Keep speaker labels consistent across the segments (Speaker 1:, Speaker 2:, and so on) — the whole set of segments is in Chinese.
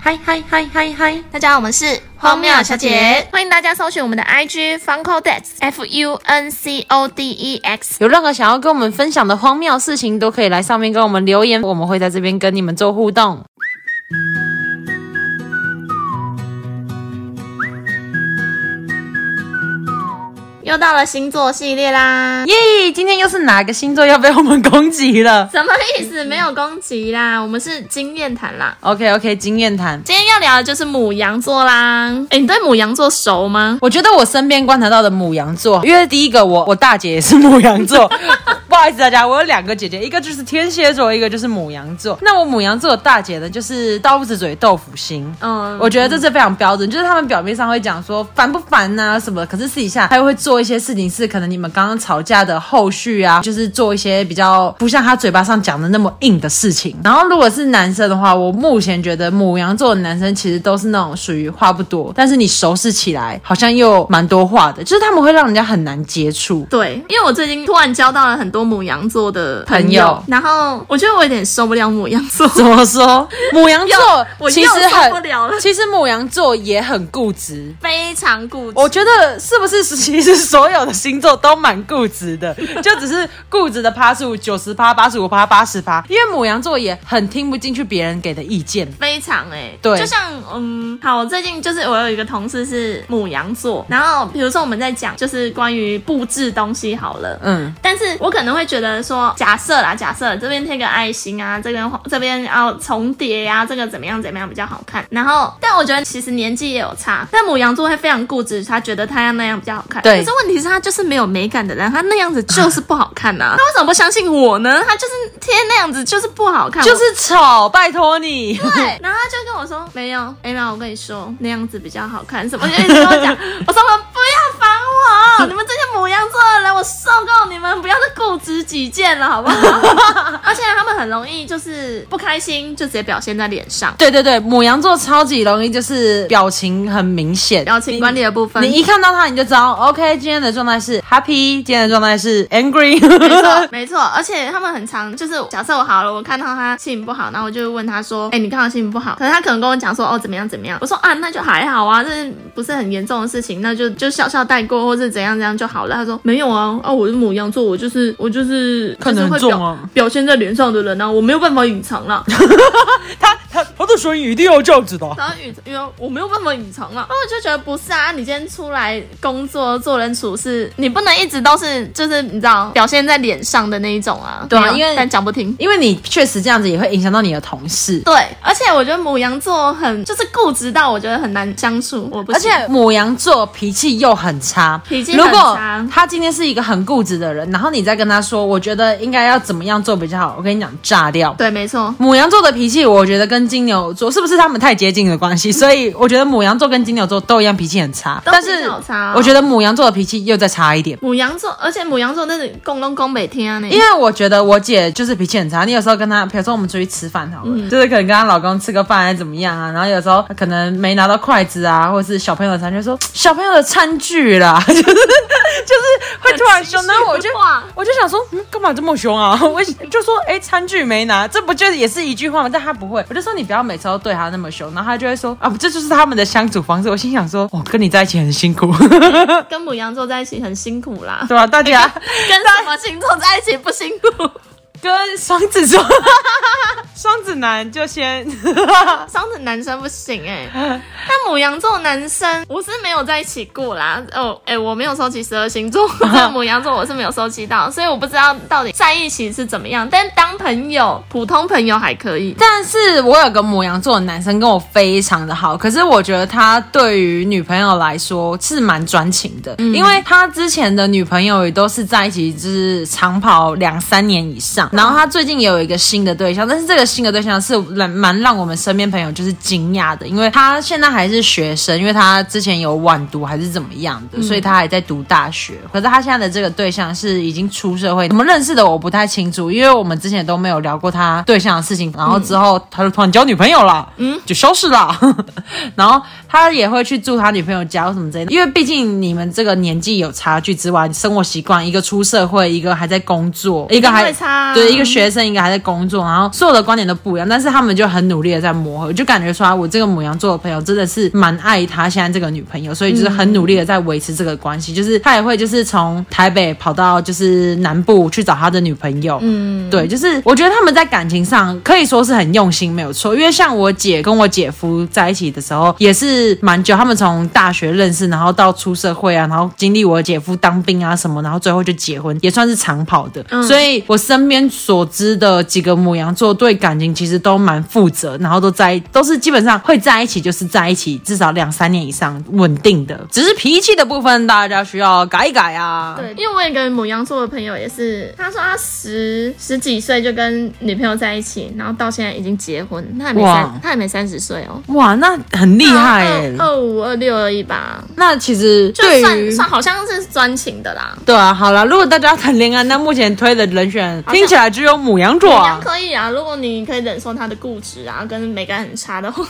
Speaker 1: 嗨嗨嗨嗨嗨！
Speaker 2: 大家好，我们是
Speaker 1: 荒谬小姐，
Speaker 2: 欢迎大家搜寻我们的 IG funcodex f u n c o d e x。
Speaker 1: 有任何想要跟我们分享的荒谬事情，都可以来上面跟我们留言，我们会在这边跟你们做互动。
Speaker 2: 又到了星座系列啦，
Speaker 1: 耶、今天又是哪个星座要被我们攻击 了
Speaker 2: 什么意思？没有攻击啦，我们是经验谈啦。
Speaker 1: ？OK OK，经验谈。
Speaker 2: 今天要聊的就是母羊座啦。哎，你对母羊座熟吗？
Speaker 1: 我觉得我身边观察到的母羊座，因为第一个我我大姐也是母羊 座，不好意思大家，我有两个姐姐，一个就是天蝎座，一个就是母羊座。那我母羊座的大姐呢，就是刀子嘴豆腐心。
Speaker 2: 嗯，
Speaker 1: 我觉得这是非常标准，就是他们表面上会讲说烦不烦呐、什么，可是私底下他又会做一些事情，是可能你们刚刚吵架的后续啊，就是做一些比较不像他嘴巴上讲的那么硬的事情。然后如果是男生的话，我目前觉得母羊座的男生其实都是那种属于话不多，但是你熟识起来好像又蛮多话的，就是他们会让人家很难接触。
Speaker 2: 对，因为我最近突然交到了很多母羊座的朋友，
Speaker 1: 朋友
Speaker 2: 然后我觉得我有点受不了母羊座。
Speaker 1: 怎么说？母羊
Speaker 2: 又我
Speaker 1: 座其
Speaker 2: 又
Speaker 1: 实
Speaker 2: 受不
Speaker 1: 很，
Speaker 2: 了了，
Speaker 1: 其实母羊座也很固执，
Speaker 2: 非常固执。
Speaker 1: 我觉得是不是其实所有的星座都蛮固执的， 就只是固执的趴数九十趴、八十五趴、八十趴，因为母羊座也很听不进去别人给的意见。
Speaker 2: 非常哎、欸，
Speaker 1: 对
Speaker 2: 就像嗯，好，我最近就是我有一个同事是母羊座，然后比如说我们在讲就是关于布置东西好了，
Speaker 1: 嗯，
Speaker 2: 但是我可能会觉得说，假设啦，假设这边贴个爱心啊，这边这边要重叠呀、这个怎么样怎么样比较好看。然后，但我觉得其实年纪也有差，但母羊座会非常固执，他觉得他要那样比较好看。
Speaker 1: 对
Speaker 2: 可是问题是他就是没有美感的人，他那样子就是不好看呐、 他为什么不相信我呢？他就是贴那样子就是不好看，
Speaker 1: 就是丑，拜托你。
Speaker 2: 对，然后他就跟我说没有，哎、没有，我跟你说那样子比较好看， 什么就一直跟我讲，我说我不要 烦我，你们这些母羊座的人，我受够你们，不要再固执己见了，好不 好？而且他们很容易就是不开心就直接表现在脸上，
Speaker 1: 对对对，母羊座超级容易就是表情很明显，
Speaker 2: 表情管理的部分。
Speaker 1: 你一看到他你就知道，OK，今天的状态是 happy，今天的状态是 angry。
Speaker 2: 没错，没错，而且他们很常就是，假设我好了，我看到他心情不好，然后我就会问他说：“哎、你看到心情不好？”可是他可能跟我讲说：“哦，怎么样怎么样？”我说：“啊，那就还好啊，这不是很严重的事情，那就就笑笑带过，或是怎样怎样就好了。”他说：“没有啊，哦，我是母羊座，我就是我就是
Speaker 1: 看得
Speaker 2: 就是
Speaker 1: 很
Speaker 2: 会表
Speaker 1: 重啊
Speaker 2: 表现在脸上的人啊，我没有办法隐藏 了。”
Speaker 1: 他他他的声音一定要这样子的。
Speaker 2: 然后隐，因为我没有办法隐藏了，然后我就觉得不是啊，你今天出来工作、做人处事，你不能一直都是就是你知道表现在脸上的那一种啊，
Speaker 1: 对啊
Speaker 2: 没有
Speaker 1: 因为
Speaker 2: 但讲不听。
Speaker 1: 因为你确实这样子也会影响到你的同事，
Speaker 2: 对，而且我觉得母羊座很就是固执到我觉得很难相处，我不
Speaker 1: 而
Speaker 2: 行
Speaker 1: 且母羊座脾气又很差，
Speaker 2: 脾气很
Speaker 1: 如果
Speaker 2: 差
Speaker 1: 他今天是一个很固执的人，然后你再跟他说，我觉得应该要怎么样做比较好，我跟你讲，炸掉。
Speaker 2: 对，没错，
Speaker 1: 母羊座的脾气，我觉得跟金牛座是不是他们太接近的关系？所以我觉得母羊座跟金牛座都一样脾气很差，
Speaker 2: 都
Speaker 1: 但
Speaker 2: 脾气
Speaker 1: 是
Speaker 2: 好差哦
Speaker 1: 我觉得母羊座的脾气又再差一点。
Speaker 2: 母羊座，而且母羊座那是共东共北天啊，那
Speaker 1: 因为我觉得我姐就是脾气很差，你有时候跟她，比如说我们出去吃饭好了，就是可能跟她老公吃个饭还是怎么样啊，然后有时候可能没拿到筷子啊，或者是小朋友的餐具，就说小朋友的餐具啦， 就是就是会突然凶，然后我就
Speaker 2: 哇，
Speaker 1: 我就想说，嗯，干嘛这么凶啊？ 我就说，哎、餐具没拿，这不就也是一句话吗？但他不会，我就说你不要每次都对他那么凶，然后他就会说，啊，这就是他们的相处方式。我心想说，我、跟你在一起很辛苦，
Speaker 2: 跟母羊座在一起很辛苦啦，
Speaker 1: 对吧、啊大家
Speaker 2: 跟什么星座在一起不辛苦？
Speaker 1: 跟双子座，双子男就先。
Speaker 2: 双子男生不行哎、但母羊座男生我是没有在一起过啦。哦，哎、我没有收集十二星 座，但母羊座我是没有收集到，所以我不知道到底在一起是怎么样。但当朋友，普通朋友还可以。
Speaker 1: 但是我有个母羊座的男生跟我非常的好，可是我觉得他对于女朋友来说是蛮专情的，因为他之前的女朋友也都是在一起，就是长跑两三年以上。然后他最近也有一个新的对象，但是这个新的对象是蛮蛮让我们身边朋友就是惊讶的，因为他现在还是学生，因为他之前有晚读还是怎么样的，所以他还在读大学。可是他现在的这个对象是已经出社会，怎么认识的我不太清楚，因为我们之前都没有聊过他对象的事情。然后之后他就突然交女朋友了，嗯，就消失了。 然后他也会去住他女朋友家或什么之类的，因为毕竟你们这个年纪有差距之外，生活习惯一个出社会，一个还在工作，一个
Speaker 2: 一定
Speaker 1: 还
Speaker 2: 会差啊
Speaker 1: 对，一个学生，一个还在工作，然后所有的观点都不一样，但是他们就很努力的在磨合，就感觉出啊来我这个母羊座的朋友真的是蛮爱他现在这个女朋友，所以就是很努力的在维持这个关系，就是他也会就是从台北跑到就是南部去找他的女朋友，嗯，对，就是我觉得他们在感情上可以说是很用心，没有错，因为像我姐跟我姐夫在一起的时候也是蛮久，他们从大学认识，然后到出社会啊，然后经历我姐夫当兵啊什么，然后最后就结婚，也算是长跑的，所以我身边所知的几个母羊座对感情其实都蛮负责，然后都在都是基本上会在一起，就是在一起至少两三年以上稳定的，只是脾气的部分大家需要改一改啊。
Speaker 2: 对，因为我有一个母羊座的朋友，也是，他说他十十几岁就跟女朋友在一起，然后到现在已经结婚，他还没
Speaker 1: 哇
Speaker 2: 三，他还没三十岁哦，
Speaker 1: 哇，那很厉害耶、
Speaker 2: 二五二六而已吧，
Speaker 1: 那其实
Speaker 2: 就
Speaker 1: 对
Speaker 2: 算
Speaker 1: 于
Speaker 2: 算好像是专情的啦，
Speaker 1: 对啊，好啦，如果大家要谈恋爱，那目前推的人选
Speaker 2: 像
Speaker 1: 听起来只有母羊座
Speaker 2: 一样
Speaker 1: 啊，
Speaker 2: 可以啊，如果你可以忍受他的固执啊，跟美感很差 的话，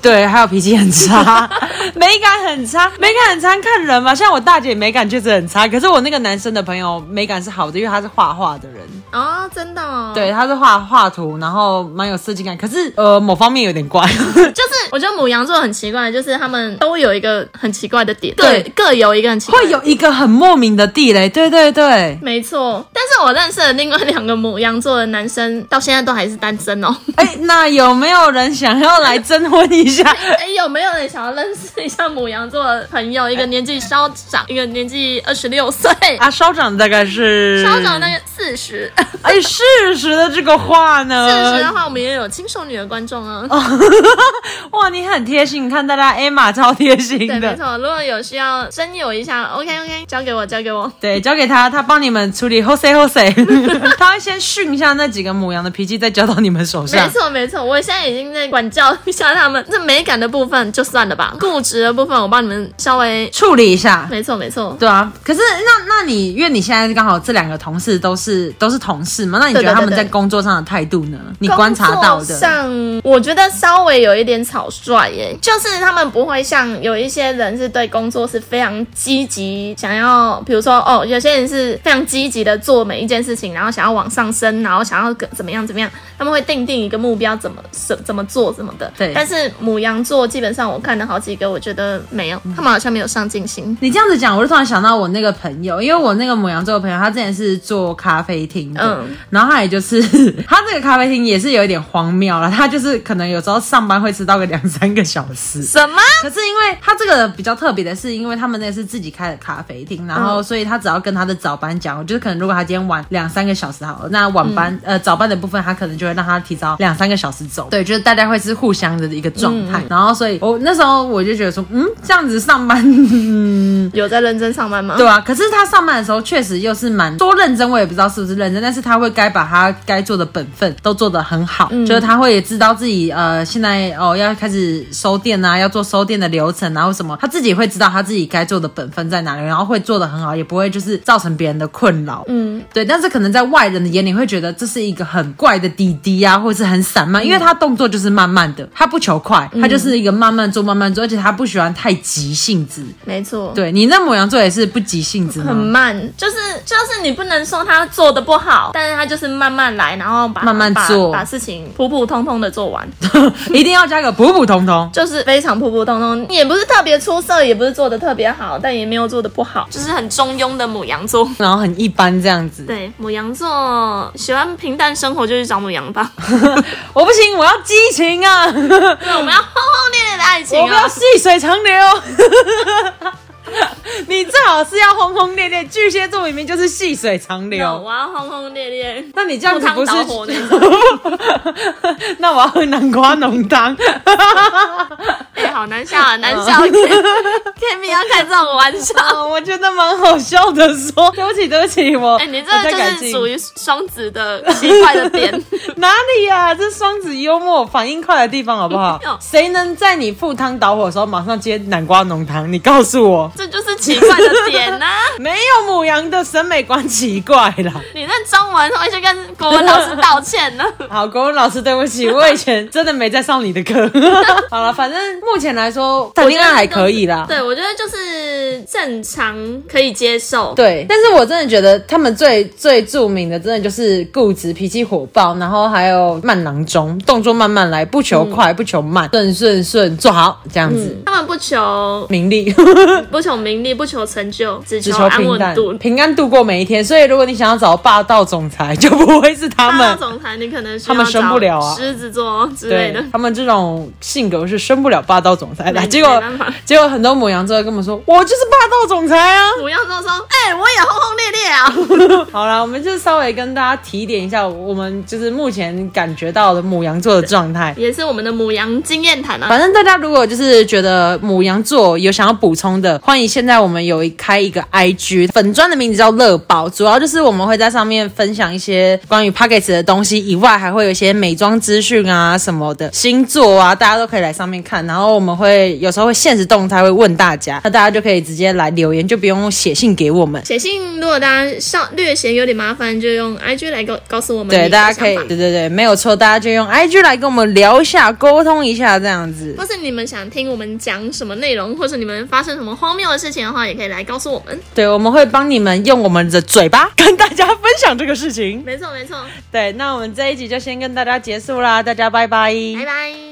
Speaker 1: 对，还有脾气很 差，美感很差，美感很差，看人嘛。像我大姐美感确实很差，可是我那个男生的朋友美感是好的，因为他是画画的人，
Speaker 2: 哦，真的、哦，
Speaker 1: 对，，他是画画图，然后蛮有设计感，可是呃某方面有点 怪，
Speaker 2: 就是我觉得母羊座很奇怪，就是他们都有一个很奇怪的点，
Speaker 1: 对
Speaker 2: 各各有一个很奇怪的
Speaker 1: 会有一个很莫名的地雷，对 对对，
Speaker 2: 没错，但是我认识的另外两个母羊座的男生，到现在都还是单身哦。
Speaker 1: 哎，那有没有人想要来征婚一下？
Speaker 2: 哎，有没有人想要认识一下母羊座的朋友？一个年纪稍长，一个年纪二十六岁，
Speaker 1: 啊，稍长大概是
Speaker 2: 稍长大概四十。
Speaker 1: 哎，事实的这个话
Speaker 2: 四十的
Speaker 1: 呢？
Speaker 2: 话，我们也有轻熟女的观众
Speaker 1: 哦
Speaker 2: 啊。
Speaker 1: 哇，你很贴心，你看大家 Emma 超贴心
Speaker 2: 对，没
Speaker 1: 的。
Speaker 2: 错，如果有需要征友一下，OK OK，交给我，交给我。
Speaker 1: 对，交给他，他帮你们处理。Jose Jose，他会先训一下那几个母羊的脾气，再交到你们手
Speaker 2: 没
Speaker 1: 上。
Speaker 2: 错没错，我现在已经在管教一下他们。这美感的部分就算了吧，固执的部分我帮你们稍微。
Speaker 1: 处理一下。
Speaker 2: 没错没错，
Speaker 1: 对啊，可是那那你，因为你现在刚好这两个同事都是都是同事嘛，那你觉
Speaker 2: 对
Speaker 1: 得
Speaker 2: 对
Speaker 1: 他们
Speaker 2: 对
Speaker 1: 在
Speaker 2: 对
Speaker 1: 工作上的态度呢？你观察到
Speaker 2: 工作
Speaker 1: 的，
Speaker 2: 上，我觉得稍微有一点草率耶，就是他们不会像有一些人是对工作是非常积极，想要比如说哦，有些人是非常积极的做每一件事情，然后想要往上升，然后想要怎么样怎么样，他们会定定一个目标，怎么怎怎么做怎么的。
Speaker 1: 对
Speaker 2: 但是母羊座基本上我看了好几个，我觉得没有，他们好像没有上进心。
Speaker 1: 你这样子讲，我就突然想到我那个朋友，因为我那个母羊座的朋友，他之前是做咖啡厅的，
Speaker 2: 嗯
Speaker 1: 然后他也就是 他这个咖啡厅也是有一点荒谬了，他就是可能有时候上班会迟到个两三个小 时。
Speaker 2: 什么？
Speaker 1: 可是因为他这个比较特别的是，因为他们那是自己开的咖啡厅，然后所以他只要跟他的早班讲，就是可能如果他今天晚两三个小时好了，那晚班、呃早班的部分他可能就会让他提早两三个小时走。对，就是大家会是互相的一个状态。然后所以我那时候我就觉得说，嗯，这样子上班，嗯，
Speaker 2: 有在认真上班吗？
Speaker 1: 对啊，可是他上班的时候确实又是蛮多认真，我也不知道是不是认真，但是他会该把他该做的本分都做得很好，
Speaker 2: 嗯
Speaker 1: 就是他会也知道自己呃现在哦要开始收店啊，要做收店的流程啊或什么，他自己会知道他自己该做的本分在哪里，然后会做得很好，也不会就是造成别人的困扰。
Speaker 2: 嗯，
Speaker 1: 对，但是可能在外人的眼里会觉得这是一个很怪的弟弟啊，或者是很散
Speaker 2: 嗯
Speaker 1: 漫，因为他动作就是慢慢的，他不求快，他就是一个慢慢做慢慢做，而且他不喜欢太急性子。
Speaker 2: 没错。
Speaker 1: 对你那母羊座也是不急性子
Speaker 2: 很
Speaker 1: 吗？
Speaker 2: 慢，就是就是你不能说他做的不好，但是他就是慢慢来，然后把
Speaker 1: 慢慢做
Speaker 2: 把，把事情普普通通的做完，
Speaker 1: 一定要加个普普通通。
Speaker 2: 就是非常普普通通，也不是特别出色，也不是做的特别好，但也没有做的不好，就是很中庸的母羊座。
Speaker 1: 然后很一般这样子，
Speaker 2: 对，母羊座喜欢平淡生活就去找母羊吧。
Speaker 1: 我不行，我要激情 啊！
Speaker 2: 对，我们要轰轰烈烈的爱情
Speaker 1: 我们要
Speaker 2: 啊！
Speaker 1: 细水长流。 你最好是要轰轰烈烈，巨蟹座明明就是细水长
Speaker 2: 有，
Speaker 1: 流。
Speaker 2: 我要轰轰烈 烈。
Speaker 1: 那你这样子不是
Speaker 2: 木汤蹈火那？
Speaker 1: 那我要喝南瓜浓汤。
Speaker 2: 哎、好难笑啊，难 笑！天明要开这种玩 笑。
Speaker 1: 啊， 我觉得蛮好笑的说。对不起，对不起，我
Speaker 2: 哎、你这
Speaker 1: 我
Speaker 2: 个
Speaker 1: 再
Speaker 2: 就
Speaker 1: 改
Speaker 2: 是
Speaker 1: 进
Speaker 2: 属于双子的奇怪的点。
Speaker 1: 哪里呀、这双子幽默反应快的地方好不 好
Speaker 2: 没有？
Speaker 1: 谁能在你赴汤蹈火的时候马上接南瓜浓汤？你告诉我，
Speaker 2: 这就是奇怪的点呐、
Speaker 1: 没有母羊的审美观奇怪啦。
Speaker 2: 你那中文会去跟国文老师道歉呢？
Speaker 1: 好，国文老师，对不起，我以前真的没在上你的课。好了，反正目前来说，谈恋爱还可以啦。
Speaker 2: 对，我觉得就是正常可以接受。
Speaker 1: 对，但是我真的觉得他们最最著名的，真的就是固执、脾气火爆，然后还有慢郎中，动作慢慢来，不求快，不求慢，顺顺顺做好这样子。
Speaker 2: 他们不求
Speaker 1: 名利，
Speaker 2: 不求名利，不求成就，只
Speaker 1: 只
Speaker 2: 求
Speaker 1: 求
Speaker 2: 安
Speaker 1: 平
Speaker 2: 稳
Speaker 1: 淡
Speaker 2: 度，。
Speaker 1: 平安度过每一天。所以，如果你想要找霸道总裁，就不会是他
Speaker 2: 霸
Speaker 1: 们
Speaker 2: 道。总裁，你可能需
Speaker 1: 他们
Speaker 2: 要
Speaker 1: 生不
Speaker 2: 找
Speaker 1: 了啊
Speaker 2: 狮子座之类
Speaker 1: 对
Speaker 2: 的。
Speaker 1: 他们这种性格是生不了霸道总裁的。
Speaker 2: 没
Speaker 1: 结果
Speaker 2: 没办法，
Speaker 1: 结果很多母羊座跟我们说：“我就是霸道总裁 啊！”
Speaker 2: 不要说说，哎、我也轰轰烈烈啊！
Speaker 1: 好啦，我们就稍微跟大家提点一下，我们就是目前感觉到的母羊座的状态。
Speaker 2: 也是我们的母羊经验谈啊。
Speaker 1: 反正大家如果就是觉得母羊座有想要补充的，欢迎现在我们有一开一个 IG 粉砖的名字叫乐宝，主要就是我们会在上面分享一些关于 p o c k e t 的东西，以外还会有一些美妆资讯啊什么的，星座啊大家都可以来上面看。然后我们会有时候会现实动态会问大家，那大家就可以直接来留言，就不用写信给我们。
Speaker 2: 写信如果大家上略嫌有点麻烦，就用 IG 来告告诉我们。
Speaker 1: 对，大家可以，对对对，没有错，大家就用 IG 来跟我们聊一下、沟通一下这样子。
Speaker 2: 或是你们想听我们讲什么内容，或是你们发生什么荒谬的事情的话，也可以来告诉我们。
Speaker 1: 对，我们会帮你们用我们的嘴巴 跟大家分享这个事情。嗯
Speaker 2: 没错，没错，
Speaker 1: 对，那我们这一集就先跟大家结束啦，大家拜拜
Speaker 2: 拜拜。